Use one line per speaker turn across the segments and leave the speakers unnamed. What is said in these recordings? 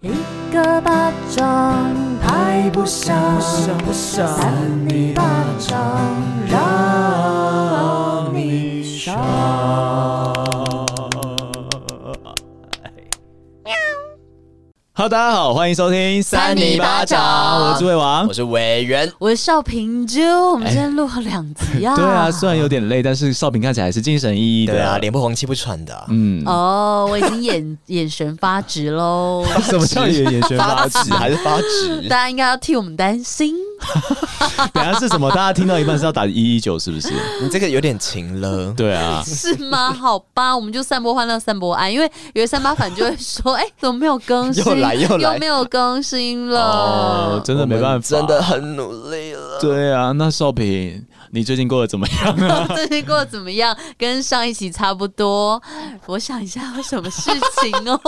一个巴掌拍不响，扇你巴掌让你爽。
Hello，大家好，欢迎收听
三尼巴掌
我是魏王
我。是委员，
我是少平啾，我们今天录了两集啊。
哎对啊，虽然有点累，但是少平看起来还是精神奕奕的。
对啊，脸不红气不喘的啊，
嗯，
哦，我已经眼眼神发 直喽，
什么叫啊眼眼神发直？
还是 发
大
直，
家应该要替我们担心。
等一下是什么？大家听到一半是要打一一九是不是？
你这个有点勤了。
对啊，
是吗？好吧，我们就散播欢乐，散播爱。因为有些三八粉就会说：“哎、怎么没有更新？
又来又来
没有更新了。
哦，真的没办法，
我们真的。很努力了。
对啊，那少平，你最近过得怎么样？
最近过得怎么样？跟上一期差不多。我想一下有什么事 情哦。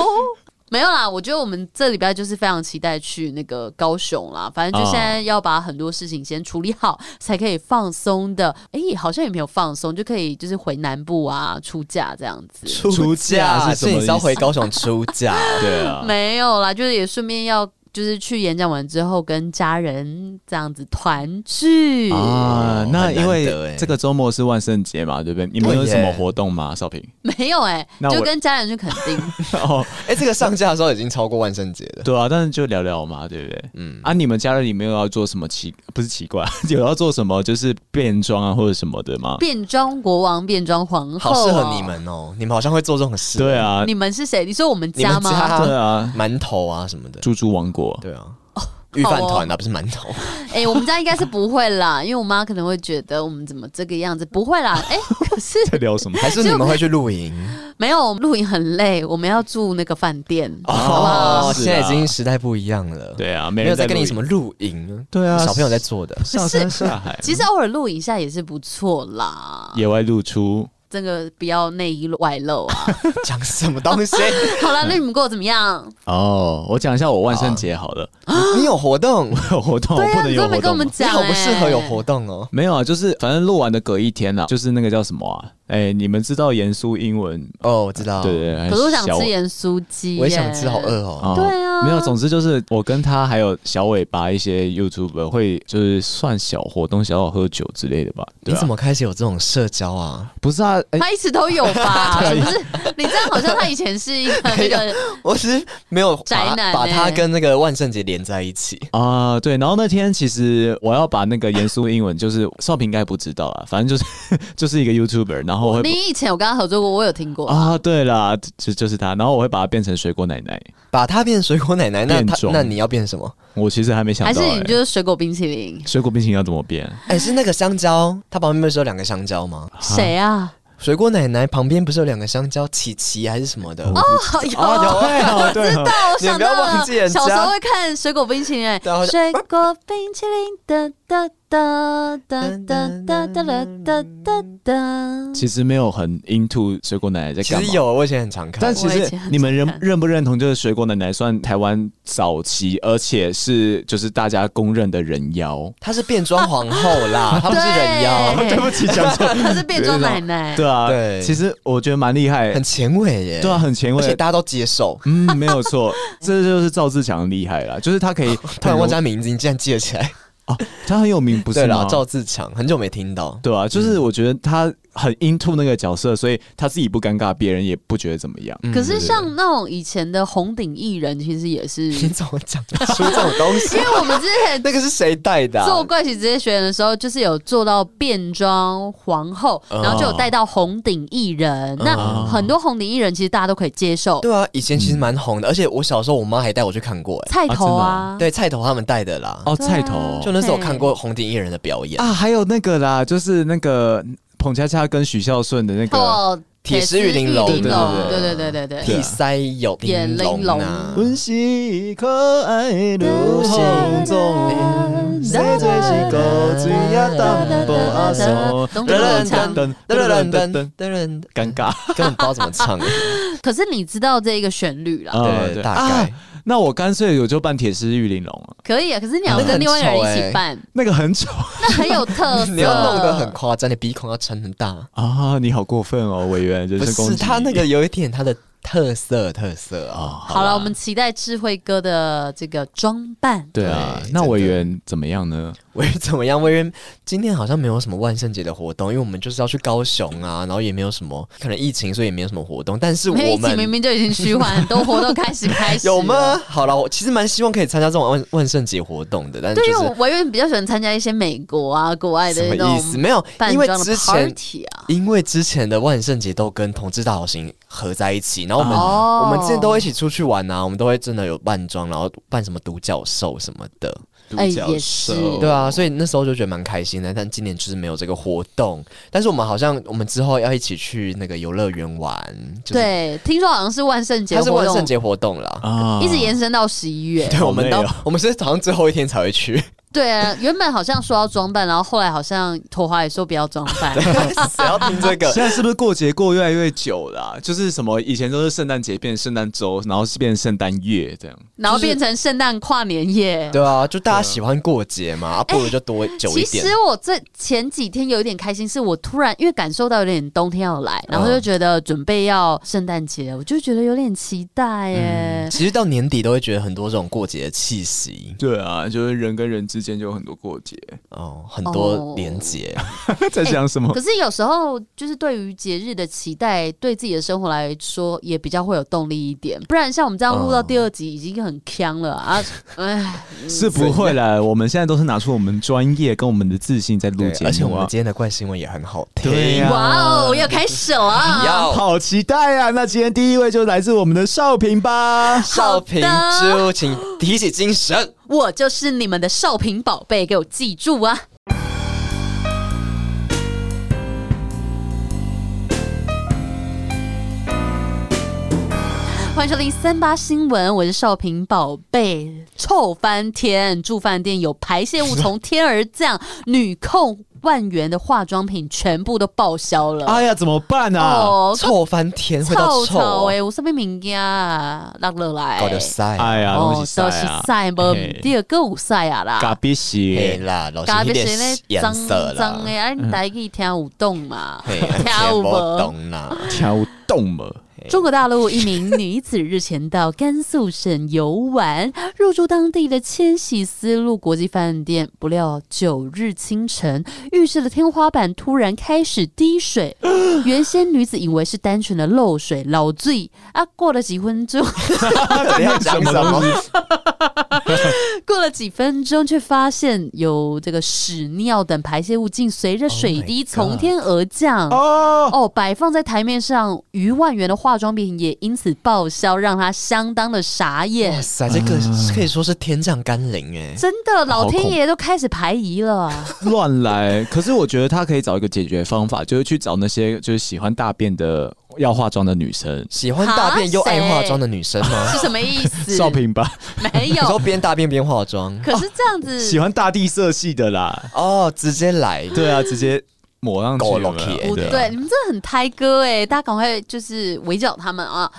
没有啦，我觉得我们这礼拜就是非常期待去那个高雄啦。反正就现
哦
在要把很多事情先处理好，才可以放松的。哎、好像也没有放松，就可以就是回南部啊，出嫁这样子。
出嫁是什
是
么意思
你是要回高雄出嫁？
对啊，
没有啦，就是也顺便要。就是去演讲完之后，跟家人这样子团聚。
啊，那
很难
因
得
为
欸
这个周末是万圣节嘛，对不对？你们有
对耶
什么活动吗？少 平？
没有哎、
那我
就跟家人去垦丁。
哦，
哎，这个上架的时候已经超过万圣节 了。
对啊，但是就聊聊嘛，对不对？嗯
嗯
啊，你们家人里面有要做什么奇，不是奇怪， 有要做什么就是变装啊或者什么的吗？
变装国王、变装皇后、
好适合你。们哦，你们好像会做这种事。
对，啊，
你们是谁？你说我们
你们
家吗？
家
对啊，
馒头啊什么的。
猪猪王国，
对啊，御饭团啊，不是馒头。
哎、我们家应该是不会啦，因 为我妈可能会觉得我们怎么这个样子，不 会啦。哎、可是
在聊什么？
还是你们会去露 营？
没有，我们露营很累，我们要住那个饭店，好不好？
哦，
是啊
现在已经时代不一样了。
对啊，没
没有
人
在跟你
录
什么露营，
对啊
小朋友在做的。
上山下海，
其实偶尔露营一下也是不错啦，
野外露出。
这个不要内衣外露 啊。
讲什么东 西？
好了，那你们过得怎么样？
哦，我讲一下我万圣节好了，
你有活动？
有活动 我
对
不
啊，
能
你
有
都没
活
跟
动
我
吗
们。
你
讲、欸，
好不适合有活动哦。
没有啊，就是反正录完的隔一天啦，就是那个叫什么啊？哎，你们知道盐酥英文？
哦，我知道。
对对，对
可是我想
小
吃盐酥鸡、
我也想吃，好。饿
哦
哦。
对啊
没有，总之就是我跟他还有小尾巴一些 YouTube 会就是算小活动、小小喝酒之类的吧。对
你
啊
怎么开始有这种社交啊？
不是啊？哎、
他一直都有 吧？不是，你这样好像他以前是一个那
没 有
个
我只是没有把
宅男
把
欸
它跟那个万圣节连在一起。
啊、对，然后那天其实我要把那个严肃英文，就是少平应该不知道啊，反正就是 就是一个 YouTuber，然后我会
你以前有跟他合作过，我有听过。
啊，对啦，就就是他，然后我会把它变成水果奶奶。
把它变水果奶奶，那
变
它
种
那你要变什么？
我其实还没想
还
到、
是
欸，
你就是水果冰淇淋？
水果冰淇淋要怎么变？
哎、是那个香蕉，它旁边不是有两个香蕉吗？
谁啊？
水果奶奶旁边不是有两个香蕉，琪琪还是什么的？
哦
好有
哦有
对哦，对哦，
我
你
想
们不
到
要忘
了
记，人家
小时候会看水果冰淇淋，哎
对啊我就
水果冰淇淋，哒哒哒哒哒哒哒哒哒哒哒。
其实没有很 into 水果奶奶在
其
干嘛
实。有，我以前很常看。
但其
我以
实
前很
你们认
常看
认不认同，就是水果奶奶算台湾早期，而且是就是大家公认的人妖。
她是变装皇后啦，她不是人妖，
对
对不起，讲 错。
她是变装奶奶，
对啊，
对
其实我觉得蛮厉害
很，前卫耶。
对啊，，很前
而且
卫。
大家都接受。
嗯，没有错， 这就是赵自强厉害啦，就是他可以
突
很
然
容
忘记他名字，你竟然记得起来？
哦，他很有名，哎不
对
是
了
吗，？
赵自强，很久没听到。
对啊，就是我觉得他很 into 那个角色，所以他自己不尴尬，别人也不觉得怎么样。
可是像那种以前的红顶艺人，其实 也是，
你
因
怎么讲 得出这种东西？
为我们之前
那个是谁带的、
做
啊？
怪奇职业学员的时候，就是有做到变装皇后，
嗯
哦
然后就有带到红顶艺人。那很多红顶艺人其实大家都可以接受，
对啊，以前
嗯
其实蛮红的，而且我小时候我妈还带我去看过、哎，
菜头啊，
对，菜头他们带的啦。
哦，
对啊
菜头
就那时候我看过红顶艺人的表
哦
演，
啊，还有那个啦，就是那个彭恰恰跟许孝顺的那
啊
个
做
铁
丝
丝
玉
玉玲珑，
对对
啊
对对对对
对
对。
替塞有
眼
玲
玲珑
珑啊。
温馨可爱如
红
中谁最是高枝也淡薄阿嫂
噔
咚咚
噔
锵
噔噔噔噔噔噔噔，
尴尬，
根本不知道怎么唱。欸
可是你知道这个旋律啦，
呃
对，大概
啊那我干脆我就扮铁丝玉玲珑了，
可以啊。可是你要
那个
跟
很
另外一个人一
丑
起
欸
办，
那个 很丑
那很有特色。
你要弄得很夸张，你鼻孔要撑很大。
啊！你好过分哦，委员，人
不
身攻
是
击。
他那个有一点他的特色特色啊、
哦，
好了，我们期待智慧哥的这个装扮。
对啊
对，
那
真的
委员怎么样呢？
我也怎么样？我以为今天好像没有什么万圣节的活动，因为我们就是要去高雄啊，然后也没有什么可能疫情，所以也没有什么活动。但是我
没有疫哦情明
们
明就已经趋缓，都活动开始开始了
有？吗？好了，我其实蛮希望可以参加这种万万圣节活动的，但是
对，
就
因为
是
我我原本比较喜欢参加一些美国啊、国外的
什
那
么意思？
种
没有，
扮
因为
装的
之前
party 啊。
因为之前的万圣节都跟同志大好行合在一起，然后我们、
哦
嗯我们之前都会一起出去玩啊，我们都会真的有扮装，然后扮什么独角兽什么的，
哎
独角
也
兽
是
对啊，所以那时候就觉得蛮开心的。但今年就是没有这个活动，但是我们好像我们之后要一起去那个游乐园玩，就是、，
对，听说好像是万圣节
它是
活
万
动，
圣节活动啦。
啊
一直延伸到十一月。
对，
好
我们
累
啊
到、
哦
我们是好像最后一天才 会去，
对啊，原本好像说要装扮，然后后来好像妥华也说不要装扮。
谁要听这个？
现在 是不啊是过节过越来越久了啊、就是什么以前都是圣诞节变圣诞周，然后是变圣诞夜这样。
然后变成圣诞跨年夜。
对啊，就大家喜欢过节嘛，啊不如就多久一
哎其
点
实。我这前几天有一点开心，是我突然因为感受到有点冬天要来，然后
嗯
就觉得准备要圣诞节，我就觉得有点期待耶。
其实到年底都会觉得很多这种过节的气息
对啊，就是人跟人之间就有很多过节，
哦，很
哦
多连结。
在讲什么？
可是有时候就是对于节日的期待，对自己的生活来说也比较会有动力一点。不然像我们这样录
嗯
到第二集已经很呛了啊！哎，
是不会啦，我们现在都是拿出我们专业跟我们的自信在录节目啊、
而且我们今天的怪新闻也很好听。
对呀、
哇
嗯
哦，要开始了啊！
要
好期待啊！那今天第一位就来自我们的少平吧。
少平
好
之物，请提起精神。
我就是你们的少平宝贝，给我记住啊！欢迎收听三八新闻，我是少平宝贝。臭翻天，住饭店有排泄物从天而降，女控万元的化妆品全部都报销了。
哎呀，怎么办啊？
哦，
臭翻天会到
臭
臭
臭
哦，
哎，我身边名家落落来，
搞得晒。
哎呀，
哦
东，
都
西
是
塞啊，
晒无
嘿
第二个有晒啊啦。
嘎比
嘿
西，
啦，老师
咖
一
啡啊是
点
咧
颜
脏
色啦嗯
脏，的，啊，你大家可以听有动嘛
嘿，
跳
听
舞
不
无。
懂啦。
挑动了。
中国大陆一名女子日前到甘肃省游玩， 入住当地的千禧丝路国际饭店，不料九日清晨，浴室的天花板突然开始滴水。 原先女子以为是单纯的漏水老醉，啊，过了几分钟，
等一下讲什么？
过了几分钟，却发现有这个屎尿等排泄物竟随着
Oh my
水滴
God
从天而降。
哦，
哦，摆放在台面上逾万元的化妆品也因此报销，让他相当的傻
哇
眼。
塞，这个可以说是天降甘霖哎。
真的，老天
恐
爷都开始排疑了啊。
乱来。可是我觉得他可以找一个解决方法，就是去找那些就是喜欢大便的要化妆的女生。
喜欢大便又爱化妆的女生吗？
是什么意思？
少平吧，
没
你 说
有，
边大便边化妆
可是这样子，
喜欢大地色系的啦。
哦，直接来。
对啊，直接抹上去
够
有没有
lucky 欸
不
对啊
对，你们真的很胎哥哎、大家赶快就是围剿他们 啊！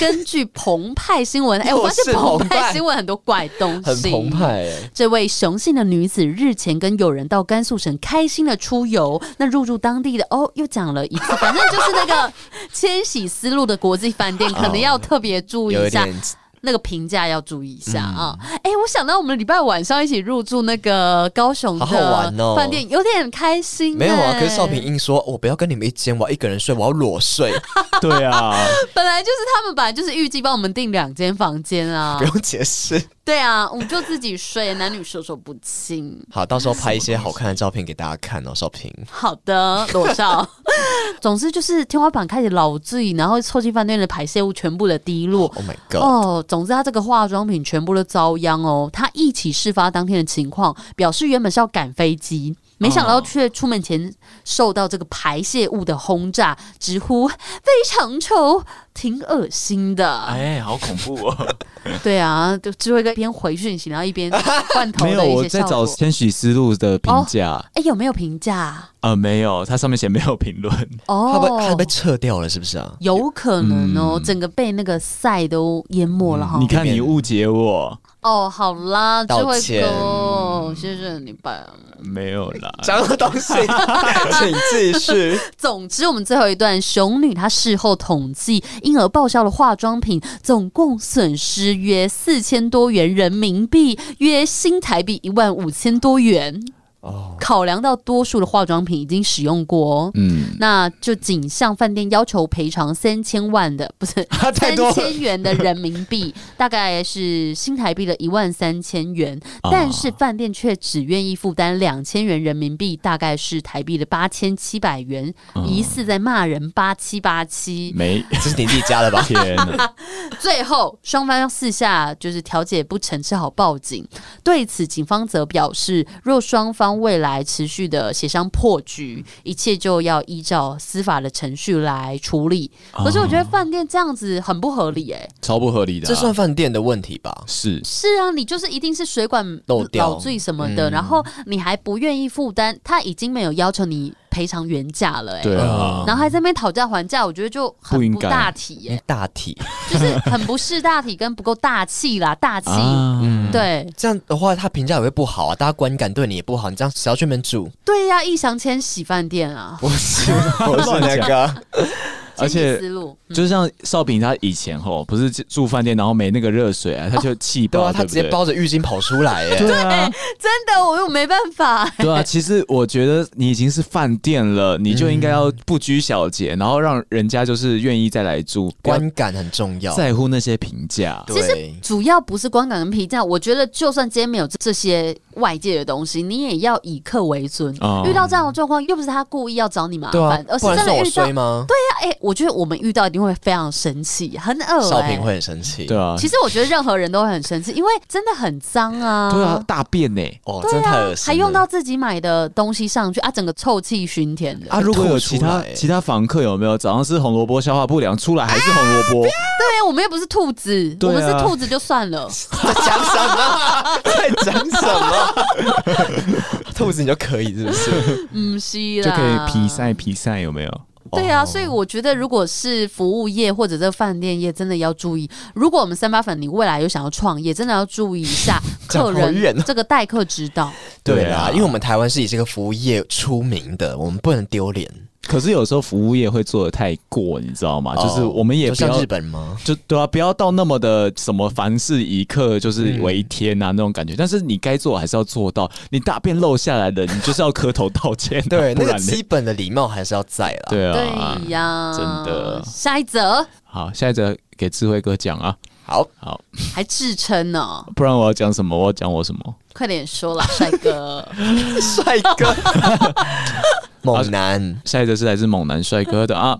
根据澎湃新闻，哎、我发现
又是
澎
澎
湃
湃
新闻很多怪东
很
西，
澎 湃哎，
这位雄性的女子日前跟友人到甘肃省开心的出游，那入住当地的哦，又讲了一次，反正就是那 个千禧丝路的国际饭店，可能要特别注意
哦有
一
一
下。
点嗯
那个评价要注意一下啊！哎、我想到我们礼拜晚上一起入住那个高雄
好好
的
玩哦
饭店，有点开心、
没有啊。
哎
可是少平硬说，我不要跟你们一间，我要一个人睡，我要裸 睡，
对啊，
本来就是他们本来就是预计帮我们订两间房间啊
不，用解释。
对啊，我们就自己睡，男女授受不亲。
好，到时候拍一些好看的照片给大家看哦，少平。
好的，裸 照。总之就是天花板开始老醉，然后臭气饭店的排泄物全部的滴落。
Oh my god！
哦，总之他这个化妆品全部都遭殃哦。他忆起事发当天的情况，表示原本是要赶飞机，没想到却出门前受到这个排泄物的轰炸，直呼非常臭，挺恶心的。
哎，好恐怖哦！
对啊，就智慧哥一边回讯息，然后一边换 头
没有，
的一
我
些
在
效
找
果。
千禧思路的评价，
哎、有没有评价啊？
呃，没有，它上面写没有评论。
哦，
他被他被撤掉了，是不是啊？
有可能哦，
嗯
整个被那个赛都淹没了哈。
你看，你误解我，
哦，好啦，智
道
慧
歉
哥，某些人礼拜啊。
没有啦，
讲的东西， 请继续。
总之，我们最后一段，熊女她事后统计，因而报销了化妆品，总共损失约四千多元人民币，约新台币一万五千多元。
哦，
考量到多数的化妆品已经使用过、哦，
嗯，
那就仅向饭店要求赔偿三千万的，不是
太
三
多了
千元的人民币，大概是新台币的一万三千元，
啊
但是饭店却只愿意负担两千元人民币，大概是台币的八千七百元，疑似在骂人八七八七。
没
这是你自己加的 吧？
啊
天哪，
最后双方私下就是调解不成，只好报警。对此，警方则表示，若双方未来持续的协商破局，一切就要依照司法的程序来处理。可是我觉得饭店这样子很不合理、欸，
超不合理的啊，
这算饭店的问题吧？
是
是啊，你就是一定是水管
漏掉
老醉什么
嗯
的，然后你还不愿意负担，他已经没有要求你赔偿原价了、欸，
对啊
嗯，
然后还在那边讨价还价，我觉得就很
不应
不
该
大体、欸，
哎大体
就是很不识大体跟不够大气啦，大气。
啊，嗯，
对
这样的话，他评价也会不好啊，大家观感对你也不好。你这样谁要去那边住？
对呀、易烊千玺饭店啊，
不是，不
是那
个，
嗯而
千
且
禧思路，嗯
就像少平他以前吼，不是住饭店，然后没那个热水啊，他就气
对
爆，
啊，他
不
直接
对
包着浴巾跑出来哎 耶。
对啊，
真的我又没办法、
对啊，其实我觉得你已经是饭店了，你就应该要不拘小节，然后让人家就是愿意再来住，不要
观感很重要。
在乎那些评价。
其实
对，
主要不是观感跟评价，我觉得就算今天没有这这些外界的东西，你也要以客为尊。
哦
遇到这样的状况，又不是他故意要找你麻
对啊
烦，，而是
不然
哦真的
算我
遇到，
衰
对
吗？
啊，哎、我觉得我们遇到一定会非常生气，很恶、
少
欸。
平会很生气。
对啊，
其实我觉得任何人都会很生气，因为真的很脏啊。
对啊，大便呢、
哦，
对
真的太
啊
恶，心了。
还用到自己买的东西上去啊，整个臭气熏天的。
啊，如果有
吐出
其他
来欸
其他房客有没有早上是红萝卜消化不良，出来还是红萝 卜？
对啊，我们又不是兔子，
对
我
啊
们是兔子就算 了。
在讲什 么？在讲 什么？兔子你就可以是不是？
嗯，是啦，
就可以哦皮晒皮晒，有没有？
对啊，所以我觉得，如果是服务业或者这个饭店业，真的要注意。如果我们三八粉，你未来有想要创业，真的要注意 一下
讲好
客人
远哦
这个待客之道。
对
对
啦
啊，
因为我们台湾是以这个服务业出名的，我们不能丢脸。
可是有时候服务业会做的太过，你知道吗？就是
哦
我们也
就
不
像
要
日本吗？
就对啊，不要到那么的什么凡事一刻
嗯
就是为天啊、那种感觉。但是你该做还是要做到，你大便漏下来的，你就是要磕头道歉、啊，
对，
不
那个
然你
基本的礼貌还是要在啦。，
对啊。
对呀，
真的
下一则
好，下一则给智慧哥讲啊，
好，
还自称哦呢，
不然我要讲什么？我要讲我什么？
快点说啦， 帅哥。
帅哥， 猛男，
下一则是来自猛男帅哥的啊。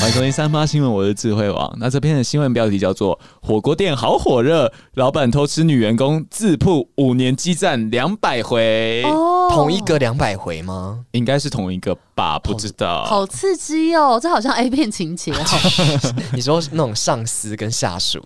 欢迎收听三八新闻，我是智慧王。那这篇的新闻标题叫做“火锅店好火热，老板偷吃女员工，自曝五年激战两百回”。
哦
同一个两百回吗？
应该是同一个吧，不知道。
好刺激哦，这好像 A 片情节哦，
你说那种上司跟下属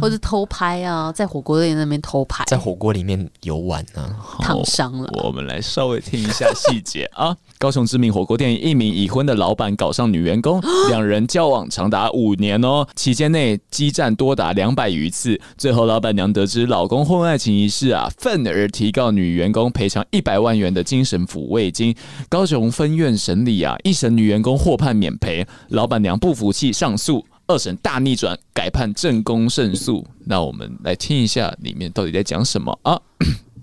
或者偷拍啊，在火锅店那边偷拍，
在火锅里面游玩啊呢？
烫伤了。
我们来稍微听一下细节啊。 高雄知名火锅店一名已婚的老板搞上女员工，两人交往长达五年哦，期间内激战多达两百余次。最后，老板娘得知老公婚外情一事啊，愤而提告女员工赔偿一百万元的精神抚慰金。高雄分院审理啊，一审女员工获判免赔，老板娘不服气上诉。二审大逆转，改判正宫胜诉。那我们来听一下里面到底在讲什么啊？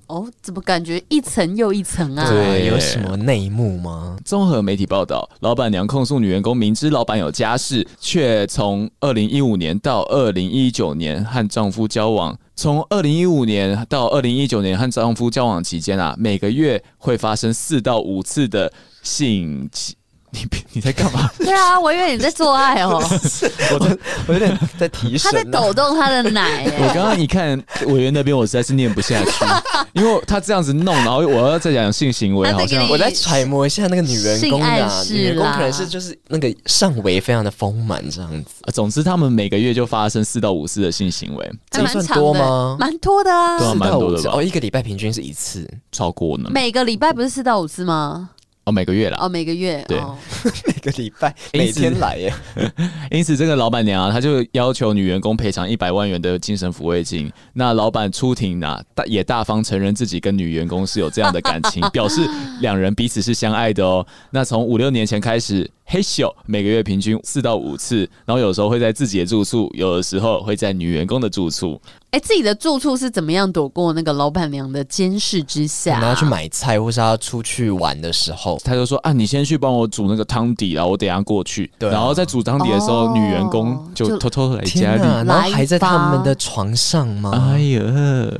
哦，怎么感觉一层又一层啊？
对
有什么内幕吗？
综合媒体报道，老板娘控诉女员工明知老板有家室，却从二零一五年到二零一九年和丈夫交往。从二零一五年到二零一九年和丈夫交往期间啊，每个月会发生四到五次的性侵。你你在干嘛？
对啊，我以为你在做爱哦，
我在
我有点在提
他
神
在
啊
抖动他的奶耶。
我 刚刚一看委员那边，我实在是念不下去，因为他这样子弄，然后我要再讲性行为，
他在
好
给你
像
我在揣摩一下那个女员工
性暗
啊，
示啦
女员工可能是就是那个上围非常的丰满这样子，
呃总之他们每个月就发生四到五次的性行为，
还蛮
这样
长
算多
的
吗
蛮多的啊
对啊，
四
蛮
到
多
五
的
次
吧
哦，一个礼拜平均是一次，
超过呢。
每个礼拜不是四到五次吗？
哦，每个月啦。
哦，每个月
对
哦，
每个礼拜
因
每
此
天来 耶，
因此，这个老板娘啊，她就要求女员工赔偿一百万元的精神抚慰金。那老板出庭啊，大也大方承认自己跟女员工是有这样的感情，表示两人彼此是相爱的哦。那从五六年前开始，黑秀每个月平均四到五次，然后有时候会在自己的住处，有的时候会在女员工的住处。
哎、自己的住处是怎么样躲过那个老板娘的监视之
可
下？
能要去买菜或是要出去玩的时候，
他就说啊，你先去帮我煮那个汤底啦，我等一下过去。
对啊
然后在煮汤底的时候，
哦
女员工就
就
偷偷来家
天
里。
哪，然后
来
还在
吧
他们的床上吗？
哎呀，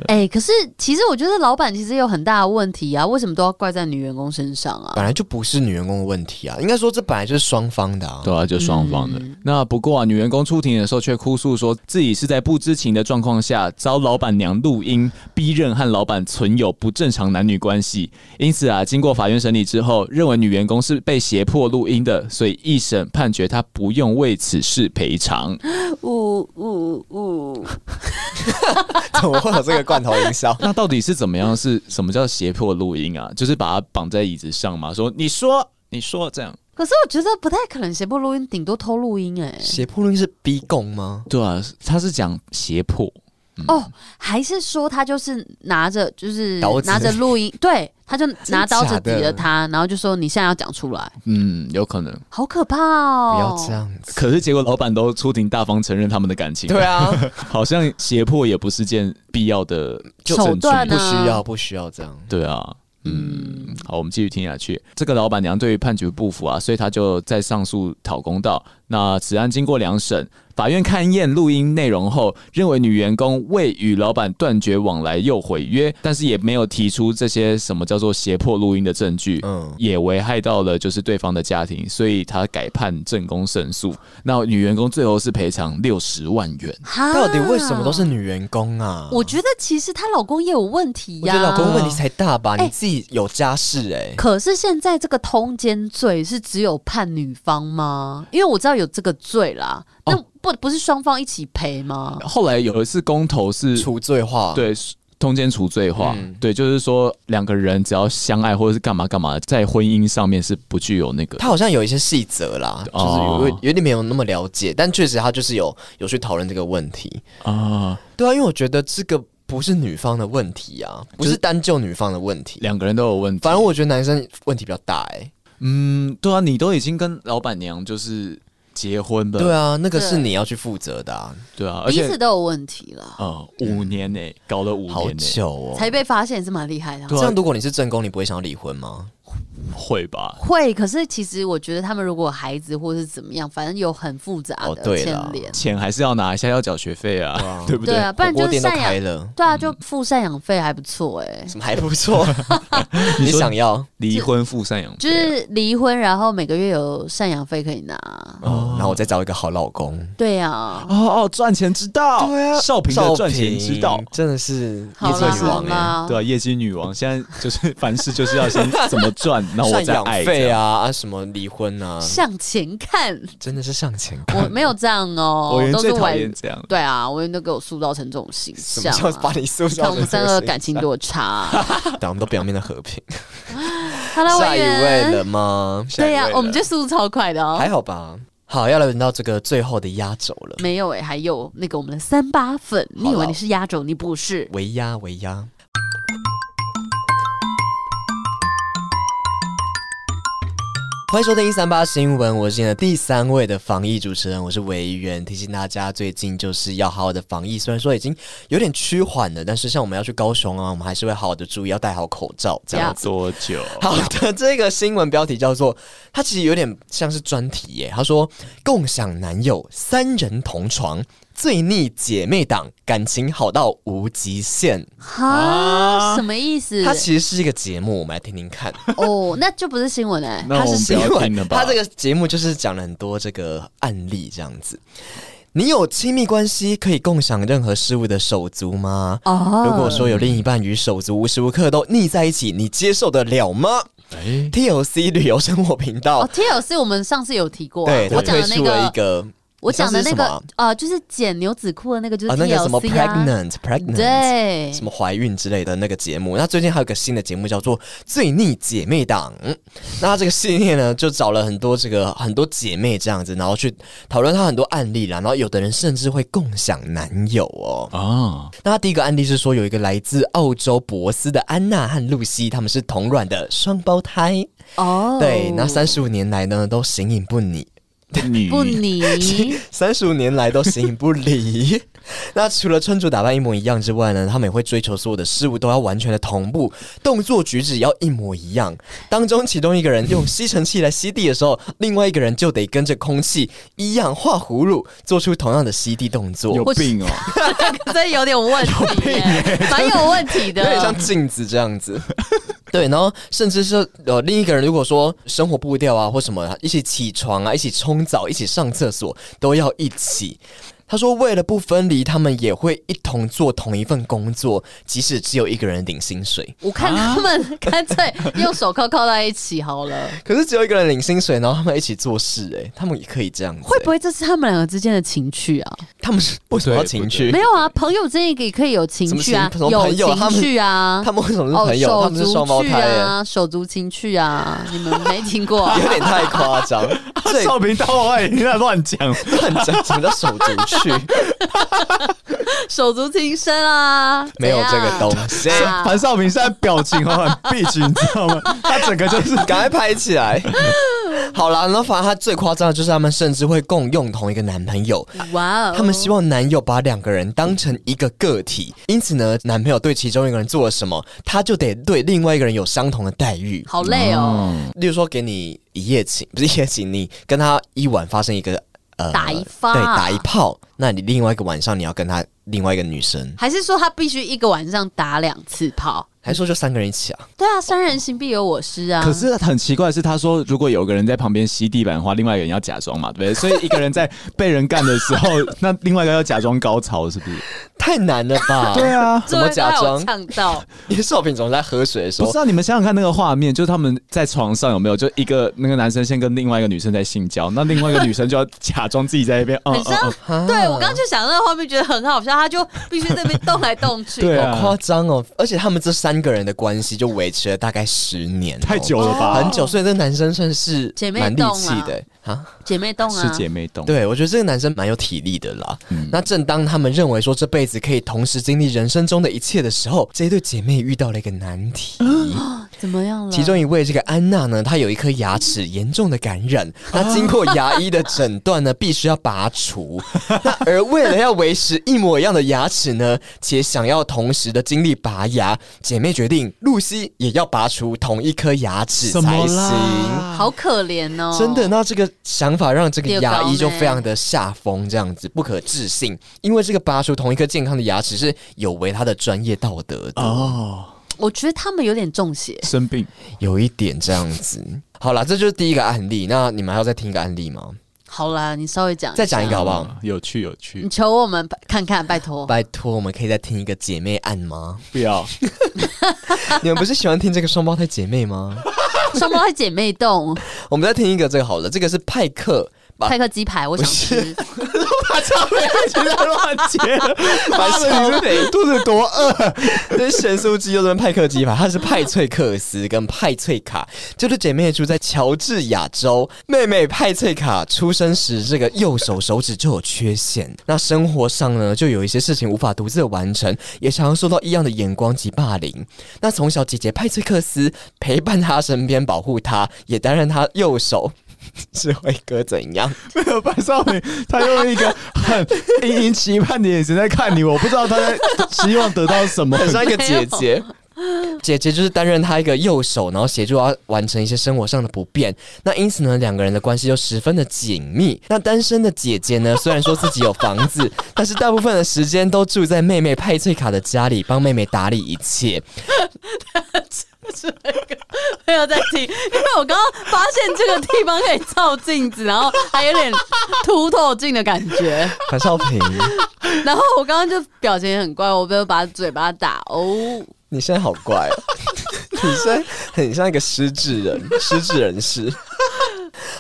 哎、可是其实我觉得老板其实有很大的问题啊，为什么都要怪在女员工身上啊？
本来就不是女员工的问题啊，应该说这本来就是双方的 啊。
对啊，就双方的。那不过啊，女员工出庭的时候却哭诉说自己是在不知情的状况下遭老板娘录音逼认和老板存有不正常男女关系，因此啊，经过法院审理之后，认为女员工是被胁迫录音的，所以一审判决她不用为此事赔 偿。？
呜呜呜！
怎么会有这个罐头营销
那到底是怎么样？是什么叫胁迫录音啊？就是把她绑在椅子上嘛，说你说你说这样。
可是我觉得不太可能胁迫录音，顶多偷录音哎、
胁迫论是逼供吗？
对啊，他是讲胁迫，
嗯
哦，还是说他就是拿着就是
刀子
拿着录音， 对，他就拿刀子
真假
抵
的
了他，然后就说你现在要讲出来，
嗯，有可能。
好可怕
不
哦！
要这样子。
可是结果老板都出庭大方承认他们的感情，
对 啊，
好像胁迫也不是件必要的
就
证据
手段啊
不
呢
需要，不需要这样。
对啊。嗯，好，我们继续听下去。这个老板娘对于判决不服啊，所以她就在上诉讨公道。那此案经过两审，法院勘验录音内容后，认为女员工未与老板断绝往来又毁约，但是也没有提出这些什么叫做胁迫录音的证据。
嗯，
也危害到了就是对方的家庭，所以他改判正宫胜诉。那女员工最后是赔偿六十万元，
哈
到底为什么都是？女员工啊？
我觉得其实她老公也有问题
我
呀、
觉得老公问题才大吧，
哎
你自己有家室哎。
可是现在这个通奸罪是只有判女方吗？因为我知道有这个罪啦，
哦
那不不是双方一起赔吗？
后来有一次公投是
除罪化，，
对通奸除罪化，
嗯
对，就是说两个人只要相爱或者是干嘛干嘛，在婚姻上面是不具有那个
他好像有一些细则啦，就是
哦
有有点没有那么了解，但确实他就是有有去讨论这个问题。
啊，
对啊，因为我觉得这个不是女方的问题啊，不
就是
是单就女方的问题。
两个人都有问题。
反正我觉得男生问题比较大哎、
嗯，对啊，你都已经跟老板娘就是结婚了，
对啊，那个是
对
你要去负责的、啊，
对啊，而
彼
且
此都有问题了，
呃五年呢、搞了五
好
年欸呢、
久哦。
才被发现也是蛮厉害的啊。
对啊
这样，如果你是正宫，你不会想要离婚吗？
会吧？
会，可是其实我觉得他们如果有孩子或是怎么样，反正有很复杂
哦
的
对啦
牵 连。
钱还是要拿一下，要缴学费啊，
对啊
对不对？
对啊，不然
火
就
锅
是
店都
赡
开嗯
养，
了，
对啊，就付赡养费还不错哎、
什么还不 错？你
说
想要
离婚付赡养费啊，
就是离婚，然后每个月有赡养费可以拿。
哦，然后我再找一个好老公。
对啊，
哦哦，赚钱之道，啊少平的赚钱之道
少平。真的是
好
业
啦
绩女
好
王哎，
啦，
对啊，业绩女王现在就是凡事就是要先怎么赚， 然后我
赡
再
养
爱
费
啊。
啊啊什么离婚啊，
向前看，
真的是向前
我
看。
没有这样 哦、
我原
都
最
是
讨
外
厌这样，
对啊，我原都给我塑造成这种形
什
象
么
啊、
叫把你塑
看
造
我们
成
三
这
个
个
感情多差、啊
形象？ 对，我们都表面的和平。
好了，
下
委
一位
员，
了吗？
对呀、
下一位了
我们这速度超快的哦、
还好吧。好，要来轮到这个最后的压轴了。
没有哎、还有那个我们的三八粉，你以
好
为
了
你是压轴，你不是。
维压维压。欢迎收听一三八新闻，我是今天的第三位的防疫主持人，我是维源。提醒大家，最近就是要好好的防疫，虽然说已经有点趋缓了，但是像我们要去高雄啊，我们还是会好好的注意，要戴好口罩这样子。
多久？
好的，这个新闻标题叫做“它其实有点像是专题耶”。他说：“共享男友，三人同床，最逆姐妹档，感情好到无极限。”
啊
啊
哈，什么意思？
它其实是一个节目，我们来听听看。
哦，那就不是新闻哎、
那
它
我
是
们不
新
要听了
闻，
吧。
它这个节目就是讲了很多这个案例这样子。你有亲密关系可以共享任何事物的手足吗？
哦，
如果说有另一半与手足无时无刻都腻在一起，你接受得了吗
哎
？TLC 旅游生活频道、
哦，T L 是我们上次有提过啊、
对他
我讲
推
的那
出了一
个
个
我讲的那
你上次是
个
什么
呃，就是剪牛仔裤的那个，就是
啊，那个什么
TLC 啊，
pregnant pregnant，
对
什么怀孕之类的那个节目。那最近还有个新的节目叫做《罪逆姐妹档》，那这个系列呢，就找了很多这个很多姐妹这样子，然后去讨论她很多案例啦，然后有的人甚至会共享男友哦。
啊，
那她第一个案例是说，有一个来自澳洲博斯的安娜和露西，她们是同卵的双胞胎，
哦，
对，那三十五年来呢都形影不离。
你
不泥，
三十五年来都形影不离。那除了穿着打扮一模一样之外呢，他们也会追求所有的事物都要完全的同步，动作举止也要一模一样。当中其中一个人用吸尘器来吸地的时候，另外一个人就得跟着空气一样画葫芦，做出同样的吸地动作，
有
有
病哦，
这有点问题耶，蛮有问题的，
点像镜子这样子。啊 对，然后甚至是呃，另一个人如果说生活步调啊或什么，一起起床啊，一起冲澡，一起上厕所，都要一起。他说，为了不分离，他们也会一同做同一份工作，即使只有一个人领薪水。
我看他们干脆用手铐铐在一起好了。
可啊 是只有一个人领薪水，然后他们一起做事、欸，他们也可以这样子、欸。
会不会这是他们两个之间的情趣啊？
他们是为什么要
对
情
不
趣
没？有啊，朋友之间也可以有情趣啊，
什么情什么
有
朋友他
情
们
趣啊，
他们为什么是
哦，
朋友？他们是
手
双胞
足剧
胎、欸，
啊，手足情趣啊， 你们没听过 啊？
有点太夸 张。这
少平大话你在乱讲，
乱讲，什么叫手足 趣？
手足情深啊，
没有这个东西。
怎样
樊少平现在表情哦很 bitch，你知道吗？他整个就是
赶快拍起来。 好啦，然后反正他最夸张的就是他们甚至会共用同一个男朋友，
啊哇哦，
他们希望男友把两个人当成一个个体，因此呢，男朋友对其中一个人做了什么，他就得对另外一个人有相同的待遇。
好累哦，
例如说，给你一夜情，不是一夜情，你跟他一晚发生一个呃
打一发
对，打一炮，那你另外一个晚上你要跟他另外一个女生，
还是说他必须一个晚上打两次炮？
还说就三个人一起啊？
对啊，三人行必有我师啊。
可是很奇怪的是，他说如果有个人在旁边吸地板的话，另外一个人要假装嘛，对不对？所以一个人在被人干的时候，那另外一个要假装高潮，是不是？
太难了吧？
对， 啊。
这
怎么
位
假
他有
装
呛到，
因为少平总是在喝水的时
不
候
知，道你们想想看那个画面，就是他们在床上有没有？就一个那个男生先跟另外一个女生在性交，那另外一个女生就要假装自己在那边，嗯
很
嗯
像
嗯，。
对我刚刚就想那个画面，觉得很好笑，他就必须在那边动来动 去。
对啊
好夸张哦！而且他们这三个人的关系就维持了大概十年哦、
太久了吧？
很久，所以这个男生算是
姐妹
蛮力
洞
气
啊
的欸啊。
姐妹动啊，
是姐妹洞，
对，我觉得这个男生蛮有体力的啦。
嗯
那正当他们认为说这辈子可以同时经历人生中的一切的时候，这一对姐妹遇到了一个难题。
怎么样了？
其中一位这个安娜呢，她有一颗牙齿严重的感染，
啊
那经过牙医的诊断呢，必须要拔除。 那而为了要维持一模一样的牙齿呢，且想要同时的经历拔牙，姐妹决定露西也要拔除同一颗牙齿
什么
才行。
啦？
好可怜哦，
真的，那这个想法让这个牙医就
丢高呢
非常的下风，这样子不可置信，因为这个拔除同一颗健康的牙齿是有违他的专业道德的。
哦，
我觉得他们有点中邪。
生病
有一点这样子。好啦，这就是第一个案例。那你们还要再听一个案例吗？
好啦，你稍微讲，
再讲一个好不好？
啊，有趣有趣
你，求我们看看，拜托。
拜托，我们可以再听一个姐妹案吗？
不要
你们不是喜欢听这个双胞胎姐妹吗？
双胞胎姐妹洞，
我们再听一个这个好了，这个是派克。把
派克鸡排，我想吃。
他超美，
现在乱接，
白超美，肚子多饿。 这是咸酥鸡又是派克鸡排，它是派翠克斯跟派翠卡，这对姐妹住在乔治亚州。妹妹派翠卡出生时，这个右手手指就有缺陷，那生活上呢，就有一些事情无法独自地完成，也常常受到异样的眼光及霸凌。那从小，姐姐派翠克斯陪伴她身边，保护她，也担任她右手。 智慧哥怎样？
没有白少平，他用一个很殷殷期盼的眼神在看你，我不知道他在希望得到什么。
很像一个姐姐。 姐姐就是担任她一个右手，然后协助她完成一些生活上的不便。那因此呢，两个人的关系就十分的紧密。那单身的姐姐呢，虽然说自己有房子，但是大部分的时间都住在妹妹派翠卡的家里，帮妹妹打理一切。
没有在听，因为我刚刚发现这个地方可以照镜子，然后还有点凸透镜的感 觉。
樊少平，
然后我刚刚就表情也很怪，我没有把嘴巴打哦。
你现在好怪哦，你现在很像一个失智人，失智人士。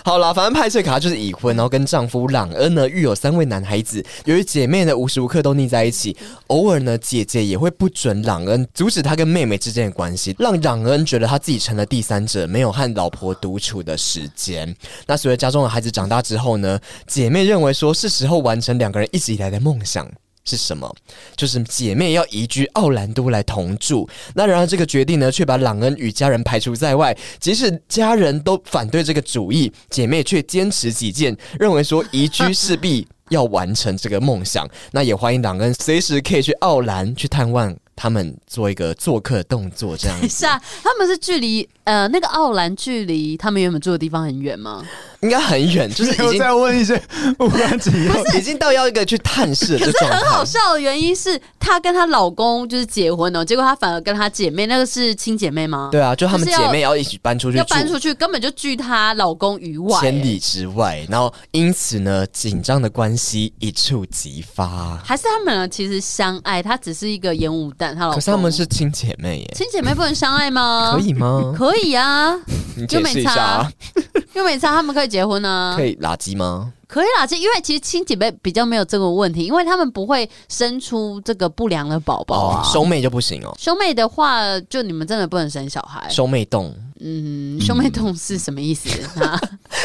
好啦，反正派翠卡就是已婚，然后跟丈夫朗恩呢育有三位男孩子。由于姐妹呢无时无刻都腻在一起，偶尔呢姐姐也会不准朗恩阻止他跟妹妹之间的关系，让朗恩觉得他自己成了第三者，没有和老婆独处的时间。那随着家中的孩子长大之后呢，姐妹认为说是时候完成两个人一直以来的梦想。是什么？就是姐妹要移居奥兰多来同住。那然而这个决定呢，却把朗恩与家人排除在外。即使家人都反对这个主意，姐妹却坚持己见，认为说移居势必要完成这个梦想。那也欢迎朗恩随时可以去奥兰去探望他们，做一个做客动作这样
等一
子。
下，他们是距离呃那个奥兰距离他们原本住的地方很远吗？
应该很远，就是已
我
经
再问一些无关紧 要。
已经到要一个去探视的这状
很 好
态。
笑的原因是她跟她老公就是结婚哦了，结果她反而跟她姐妹，那个是亲姐妹吗？
对啊，就他们
就是要
姐妹要一起搬出去
要
住
搬出去根本就拒她老公于外、欸
千里之外，然后因此呢，紧张的关系一触即发。
还是他们俩其实相爱，她只是一个烟雾弹，她老公
可是她们是亲姐妹耶，
亲姐妹不能相爱吗？
可，以 吗？
可以啊，
你
就
解
没
释一
差
下啊
啊，，因为每次他们可以结婚啊，
可以垃圾吗？
可以啦，这因为其实亲姐妹比较没有这个问题，因为他们不会生出这个不良的宝
哦
宝啊。，
兄妹就不行哦，
兄妹的话，就你们真的不能生小孩。
兄妹洞
嗯，兄妹同是什么意思？啊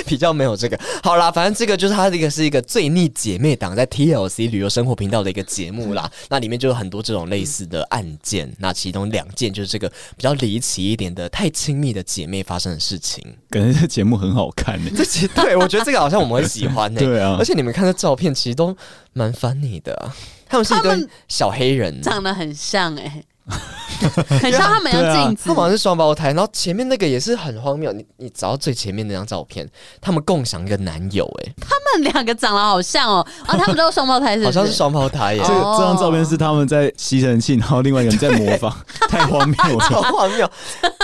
比较没有这个。好啦，反正这个就是它这个是一个最逆姐妹档在 TLC 旅游生活频道的一个节目啦。
嗯
那里面就有很多这种类似的案件，那其中两件就是这个比较离奇一点的太亲密的姐妹发生的事情。
感觉这节目很好看 呢、
这其对我觉得这个好像我们会喜欢呢、欸
对啊
而且你们看这照片，其实都蛮 funny 的啊、他们是一
他
对
们
小黑人，
长得很像 哎、很像他们要镜子
他。们好像是双胞胎。然后前面那个也是很荒谬，你你找到最前面那张照片，他们共享一个男友、欸，
他们两个长得好像哦，啊，他们都是双胞胎是不是？
好像是双胞胎耶、
这
哦
个这张照片是他们在吸尘器，然后另外一个人在模仿，太荒谬
好
了。
荒谬！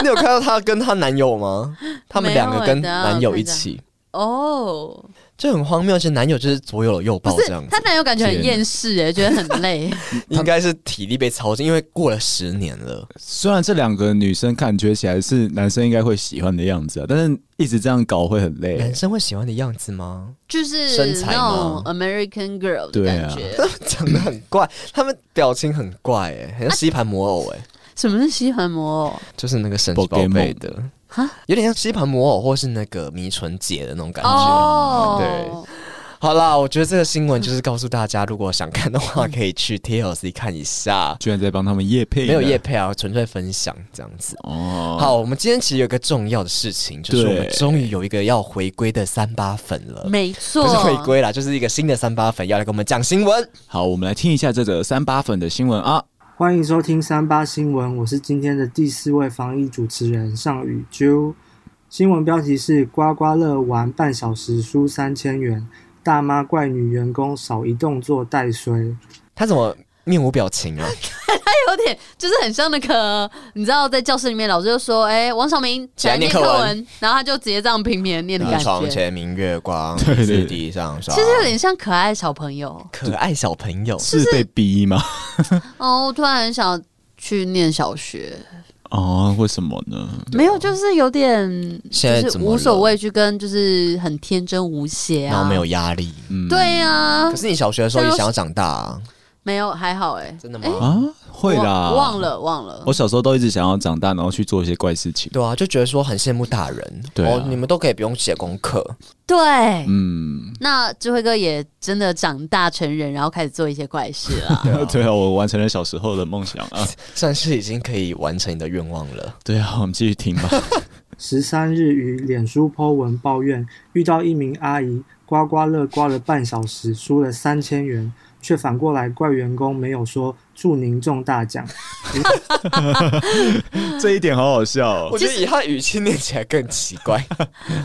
你有看到她跟她男友吗？他们两个跟
没有欸
男友一起，
哦，
就很荒谬。其实男友就是左右右抱
不是
哦这样，子
她，男友感觉很厌世哎、觉得很 累。
应该是体力被操尽，因为过了十年了。
虽然这两个女生感觉起来是男生应该会喜欢的样子啊，但是一直这样搞会很累、
男生会喜欢的样子吗？
就是
身材
那
吗
种 American girl 的
对啊
感觉。
长得很怪，他们表情很怪、欸，很像
啊
吸盘魔偶、欸，
什么是吸痕魔偶？
就是那个神奇宝贝的
哈，
有点像吸盘魔偶或是那个迷唇姐的那种感觉。
哦，
对好啦，我觉得这个新闻就是告诉大家，如果想看的话，可以去 TLC 看一下，
居然在帮他们夜配呢，
没有夜配啊，纯粹分享这样子。
哦。
好，我们今天其实有一个重要的事情，就是我们
对
终于有一个要回归的三八粉了，
没
不
错，
是回归啦，就是一个新的三八粉要来跟我们讲新闻。
好，我们来听一下这则三八粉的新闻啊。
欢迎收听三八新闻，我是今天的第四位防疫主持人尚宇啾。新闻标题是：刮刮乐玩半小时输三千元，大妈怪女员工少一动作带衰。
他怎么面无表情啊？
哎有点就是很像那个，你知道在教室里面老师就说：“哎、王小明
起来
念
念课文
文。”然后他就直接这样拼命地念的感
床
觉，
前明月 光，
对对
四
对
地上霜。
其实有点像可爱小朋友。
可爱小朋友，
是被逼吗？
哦，我突然很想去念小学，
哦，为什么呢？
没有，就是有点
现在啊
就是
哎怎么了
无所谓去跟就是很天真无邪
然
啊，
后没有压力。
嗯，
对呀、
可是你小学的时候也想要长大啊？
没有还好哎、
真的吗？
啊，会啦，
忘忘。了忘了
我，小时候都一直想要长大，然后去做一些怪事情。
对啊，就觉得说很羡慕大人，
对啊
哦，你们都可以不用写功课，
对，
嗯，
那智慧哥也真的长大成人，然后开始做一些怪事 了。
对啊，我完成了小时候的梦想啊。
算是已经可以完成你的愿望了。
对啊，我们继续听吧。
十三日于脸书 po 文抱怨，遇到一名阿姨刮刮乐刮了半小时，输了三千元，却反过来怪员工没有说祝您中大奖。
这一点好好笑、哦
我。觉得以他的语气念起来更奇怪，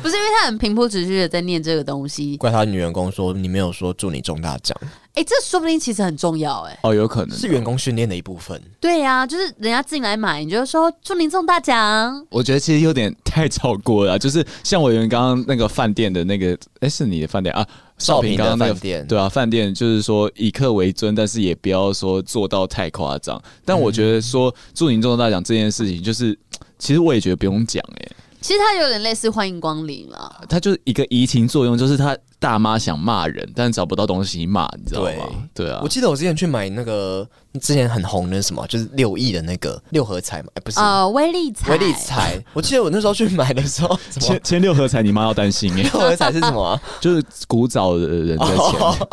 不是因为他很平铺直叙的在念这个东 西，
怪他女员工说你没有说祝你中大奖，
哎、这说不定其实很重要哎、
哦，有可能
是员工训练的一部分。
对呀、就是人家进来买，你就说祝您中大奖。
我觉得其实有点太超过了啊， 就是像我原刚刚那个饭店的那个，哎、是你的饭店啊，
少
少
平
平
的
刚刚那个
饭店
对啊，饭店就是说以客为尊，但是也不要说做到太夸
嗯
张。但我觉得说祝您中大奖这件事情，就是其实我也觉得不用讲哎、
其实它有点类似欢迎光临了，
它就是一个移情作用，就是他大妈想骂人，但找不到东西骂，你知道吗？对啊
我，记得我之前去买那个之前很红的什么，就是六亿的那个六合彩嘛，哎、不是。
呃，威力彩，
威力彩，我记得我那时候去买的时候，什么
签签六合彩，你妈要担心
，
耶
六合彩是什么啊、
就是古早的人在签。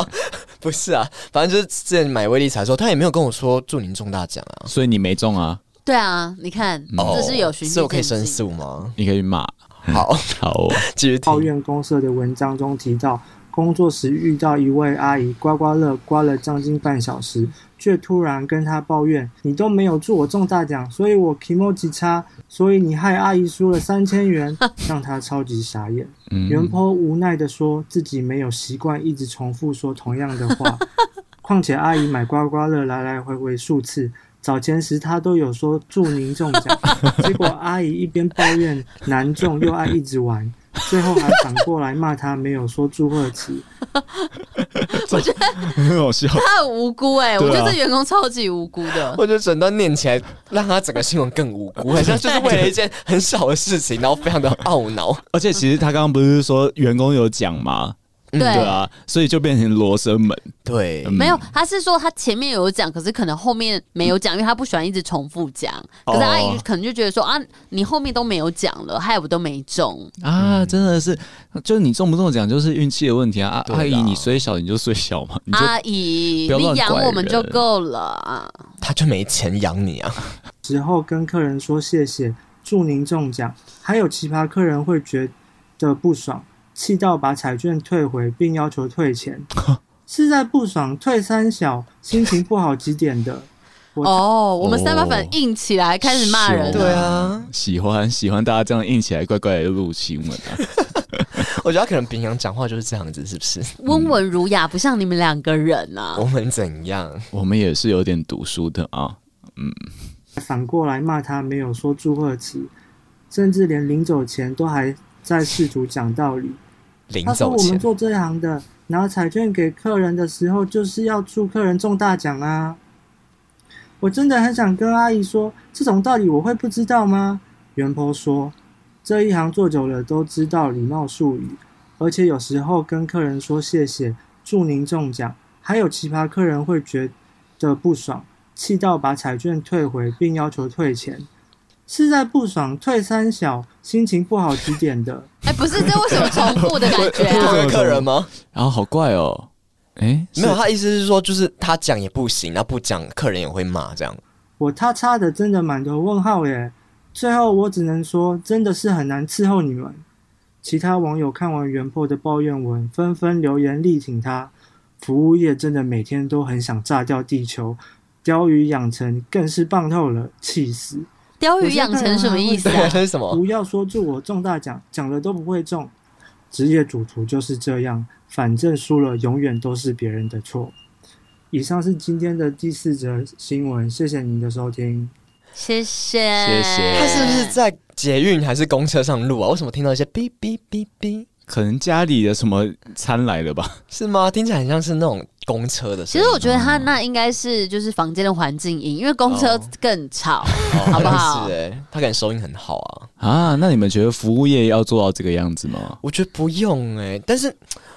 不是啊，反正就是之前买威力彩的时候，他也没有跟我说祝您中大奖啊。
所以你没中啊，
对啊，你看，这是有循序
所以我可以
渐
申
进
诉吗？
你可以骂。
好，
好、哦，
继续
抱
听。
怨公社的文章中提到，工作时遇到一位阿姨刮刮乐刮了将近半小时，却突然跟她抱怨：“你都没有祝我中大奖，所以我 i m o j i 差，所以你害阿姨输了三千元，让她超级傻眼。”袁
嗯，
坡无奈地说自己没有习惯一直重复说同样的话，况且阿姨买刮刮乐来来回回数次，早前时她都有说祝您中奖，结果阿姨一边抱怨难中，又爱一直玩。最后还反过来骂她没有说祝贺词，
很好笑。
他很无辜哎、我
对啊
觉得这员工超级无辜的。
我觉得整段念起来，让他整个新闻更无辜， 好像就是为了一件很小的事情，然后非常的懊恼。
而且其实他刚刚不是说员工有奖吗？
对
对啊，所以就变成罗生门。
对，
嗯
没有，他是说他前面有讲，可是可能后面没有讲，因为他不喜欢一直重复讲。
哦
可是阿姨可能就觉得说、啊，你后面都没有讲了，害我都没中。
啊，真的是，就是你中不中奖就是运气的问题啊。啊
对啦
阿姨，你虽小你就虽小
啊
嘛，你就、
阿姨，
不要
你
乱
养
拐
我们就
人
够了啊。
他就没钱养你啊。
之后跟客人说谢谢，祝您中奖。还有奇葩客人会觉得不爽，气到把彩券退回，并要求退钱，是在不爽退三小，心情不好几点的。我
哦，我们三八
哦
粉硬起来开始骂人
是哦
了。
对啊，
喜欢喜欢大家这样硬起来，怪怪的入新闻 啊。
我觉得他可能平常讲话就是这样子，是不是？
温文儒雅，不像你们两个人啊
嗯
我。们怎样？
我们也是有点读书的啊。
反过来骂他没有说祝贺词，甚至连临走前都还在试图讲道理。
临
他说：“
走
我们
前，
做这行的，拿彩券给客人的时候，就是要祝客人中大奖啊！”我真的很想跟阿姨说，这种道理我会不知道吗？袁婆说：“这一行做久了都知道礼貌术语，而且有时候跟客人说谢谢，祝您中奖，还有奇葩客人会觉得不爽，气到把彩券退回，并要求退钱。”是在不爽退三小，心情不好几点的。
哎、不是，这为什么重复的感觉
这
啊？
个客人吗？
然后好怪哦，哎、
没有，他意思是说，就是他讲也不行，那不讲客人也会骂 这样。
我他叉的真的满头问号耶！最后我只能说，真的是很难伺候你们。其他网友看完袁破的抱怨文，纷纷留言力挺他。服务业真的每天都很想炸掉地球，鲷鱼养成更是棒透了，气死！
鲷鱼养成什么意思
对
啊
啊，？这是什么？
不要说祝我中大奖，讲了都不会中。职业主图就是这样，反正输了永远都是别人的错。以上是今天的第四则新闻，谢谢您的收听。
谢谢，
谢谢
他是不是在捷运还是公车上录啊？为什么听到一些哔哔哔哔？
可能家里的什么餐来了吧？
是吗？听起来很像是那种公车的声
其
音。
实我觉得他那应该是就是房间的环境音，因为公车
哦
更吵，
哦
好不
像
好
是？哎、他感觉收音很好啊。
啊，那你们觉得服务业要做到这个样子吗？
我觉得不用哎、但是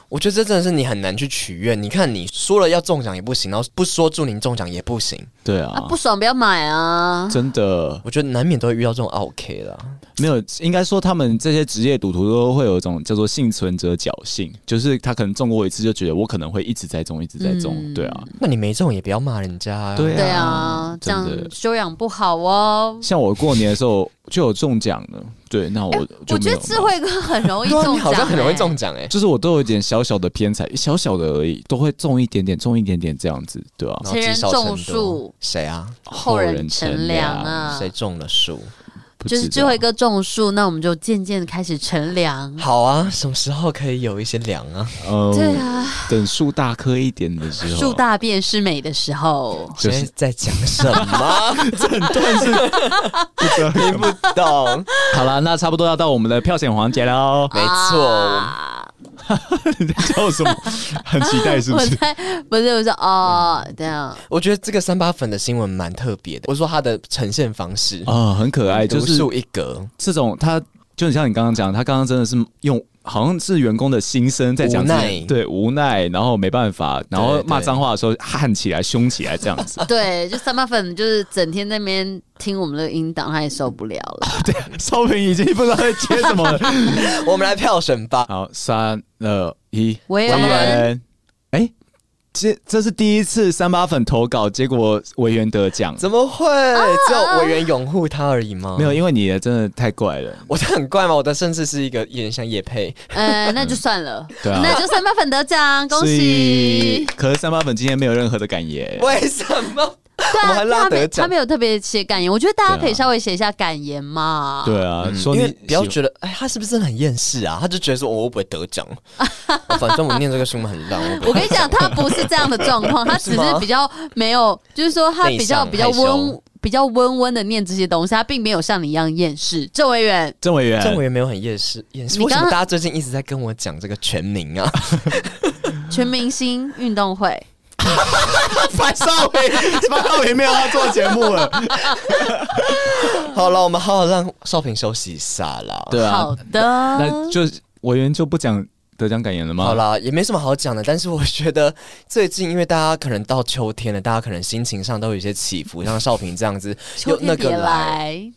我觉得这真的是你很难去取悦。你看，你说了要中奖也不行，然后不说祝您中奖也不行，
对啊，
啊，不爽不要买啊！
真的
我觉得难免都会遇到这种 OK 啦。
没有，应该说他们这些职业赌徒都会有一种叫做幸存者侥幸，就是他可能中过一次就觉得我可能会一直在中，一直在中，
嗯
对啊，
那你没中也不要骂人家、啊。
对
对啊，这
真
样
的
修养不好哦。
像我过年的时候就有中奖了，对，那我就没有
哎我觉得
买
智慧哥很容 易
对啊，
中
你好
奖、欸，
像很容易中奖哎、
就是我都有一点小小的偏财，小小的而已，都会中一点点，中一点点这样子，对啊，
然后积少成
前人种
多
树
谁啊？
后人乘凉
后人乘凉，
啊
谁。中了树？
不
就是
知
智
道
慧哥种树，那我们就渐渐开始乘凉。
好啊，什么时候可以有一些粮啊？
呃，
对啊，
等树大棵一点的时候，
树大便是美的时 候，
就
现
是
在在讲 什么？
不得
听不
啊
懂。
好了，那差不多要到我们的票选环节哦喽。
没错
啊
你在叫 什么？很期待是不
我
是？
在不是我说哦，
嗯
这样，
我觉得这个三八粉的新闻蛮特别的。我说它的呈现方式，
哦啊、很可爱，就
独
是
树一格。
这种他就很像你刚刚讲，他刚刚真的是用好像是员工的心声在讲
无
自己，
奈
对无奈，然后没办法，然后
对对
骂脏话的时候喊起来、凶起来这样 子
对，就三八粉就是整天在那边听我们的音档，他也受不了了。
烧平已经不知道在接什 么了。
我们来票选吧。
好，三二一，
维
委
恩，
员，哎、这这是第一次三八粉投稿，结果委员得奖，
怎么会？
啊
只有委员拥护他而已吗？
哦
没有，，因为你的真的太怪了。
我的很怪吗？我的甚至是一个有点像叶佩，
呃，那就算了，
对
嗯
啊
那就三八粉得奖，恭
所以
喜！
可是三八粉今天没有任何的感言，
为什么？
啊对
我
啊，
们还
因为
拉
他
得
没
奖
他没有特别写感言，我觉得大家可
对
以
啊
稍微写一下感言嘛。
对啊，说
因
你
为不要
喜
觉得，哎，他是不是真的很厌世啊？他就觉得说，我会不会得奖？我反正我念这个书目很烂，我不
我跟你讲，他不是这样的状况，他 只
是吗
是比较没有，就是说他比较
内向
比较
害
温
羞，
比较温温的念这些东西，他并没有像你一样厌世。郑委员，
郑委员，
郑 委员没有很厌世，厌世。
你
为什
刚
么大家最近一直在跟我讲这个全 名啊？
全明星运动会，
樊少伟，樊少伟没有要做节目了。
好了，我们好好让少平休息一下啦。
对啊
好，的，
那就委员就不讲得奖感言了吗？
好，啦，也没什么好讲的，但是我觉得最近因为大家可能到秋天了，大家可能心情上都有一些起伏，像少平这样子，
秋
有那
天
个
别
来，
来，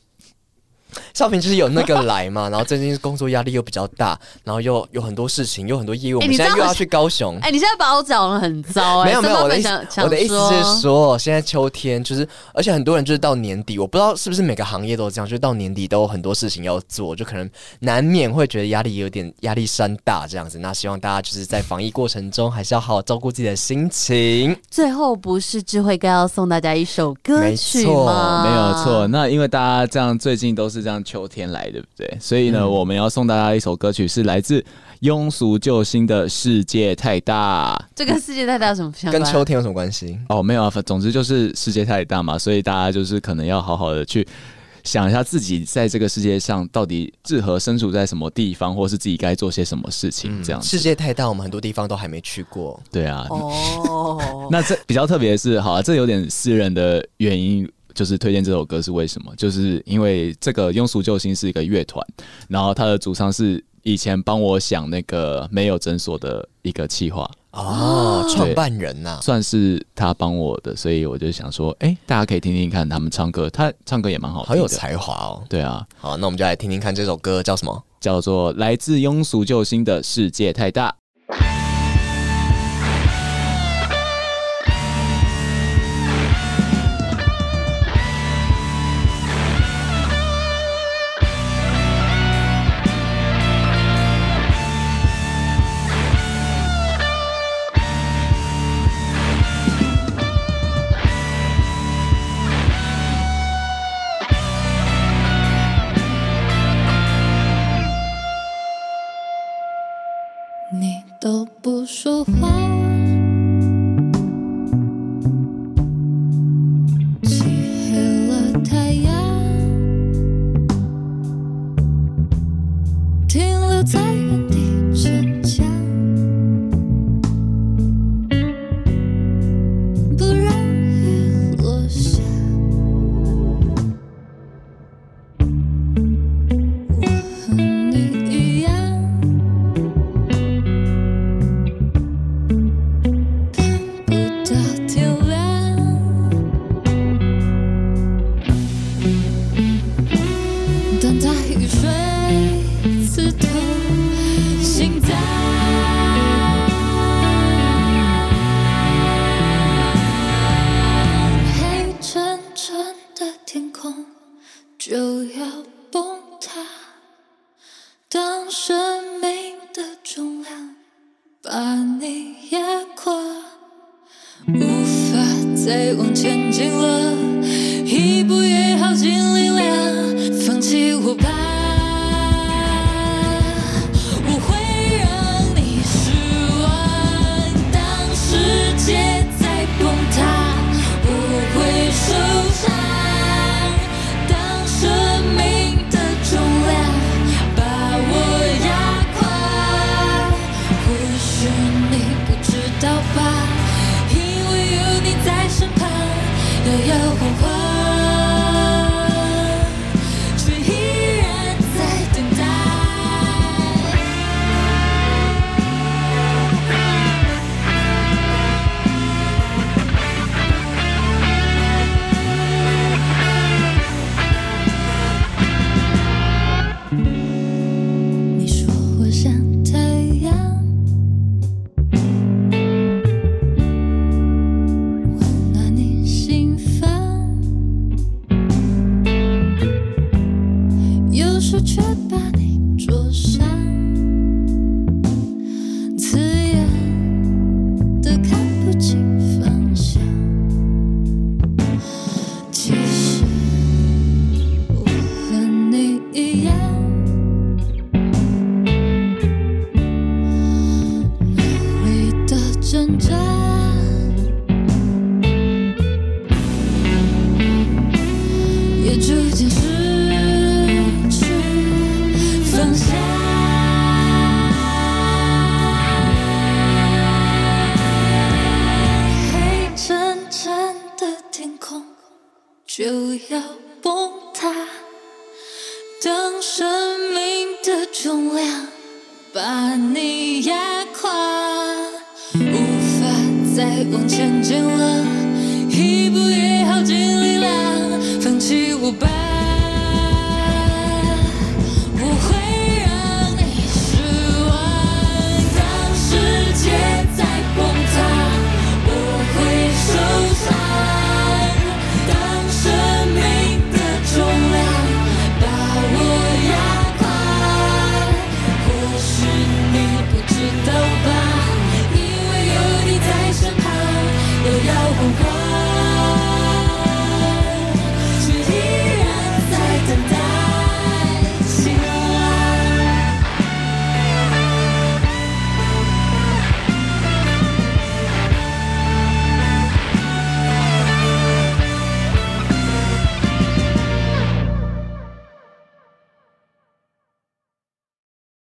少平就是有那个来嘛，然后最近工作压力又比较大，然后又有很多事情，又很多业务，我
哎
们
你
现
这
在
样
又要去高雄。
哎，你现在把我讲的很糟，哎，
没有没有，
郑
我的
委
意
员
思
想想
我的意思是
说，
说，现在秋天就是，而且很多人就是到年底，我不知道是不是每个行业都这样，就是到年底都有很多事情要做，就可能难免会觉得压力有点 压力山大这样子。那希望大家就是在防疫过程中，还是要好好照顾自己的心情。
最后不是智慧该要送大家一首歌
没
曲
错
吗？
没有错。，那因为大家这样最近都是这样秋天来，对不对？所以呢，我们要送大家一首歌曲，是来自庸俗救星的《世界太大》。
这跟世界太大有什么相关？
跟秋天有什么关系？
哦，没有啊，反总之就是世界太大嘛，所以大家就是可能要好好的去想一下自己在这个世界上到底适合身处在什么地方，或是自己该做些什么事情，
嗯
这样子。
世界太大，我们很多地方都还没去过。
对啊，，
哦
那这比较特别的是，好、啊，这有点私人的原因，就是推荐这首歌是为什么？就是因为这个庸俗救星是一个乐团，然后他的主唱是以前帮我想那个没有诊所的一个企划，
哦，创办人呐、
算是他帮我的，所以我就想说，哎、大家可以听听看他们唱歌，他唱歌也蛮好
好
听
有
的，
才华哦。
对啊，
好，那我们就来听听看这首歌叫什么？
叫做《来自庸俗救星的世界太大》。
你都不说话，漆黑了太阳，停留在原地逞强，不让雨落下。我和你一样。不到天亮，等待雨水刺痛心脏。黑沉沉的天空就要崩塌，当生命的重量把你压垮。无法再往前进了，一步也耗尽力量，放弃我吧，我会让你失望。当世界在崩塌，我会受伤。当生命的重量把我压垮，或许你不知道吧，因为有你在身旁，摇摇晃晃。就要崩塌。当生命的重量把你压垮，无法再往前进了，一步也耗尽力量，放弃我吧。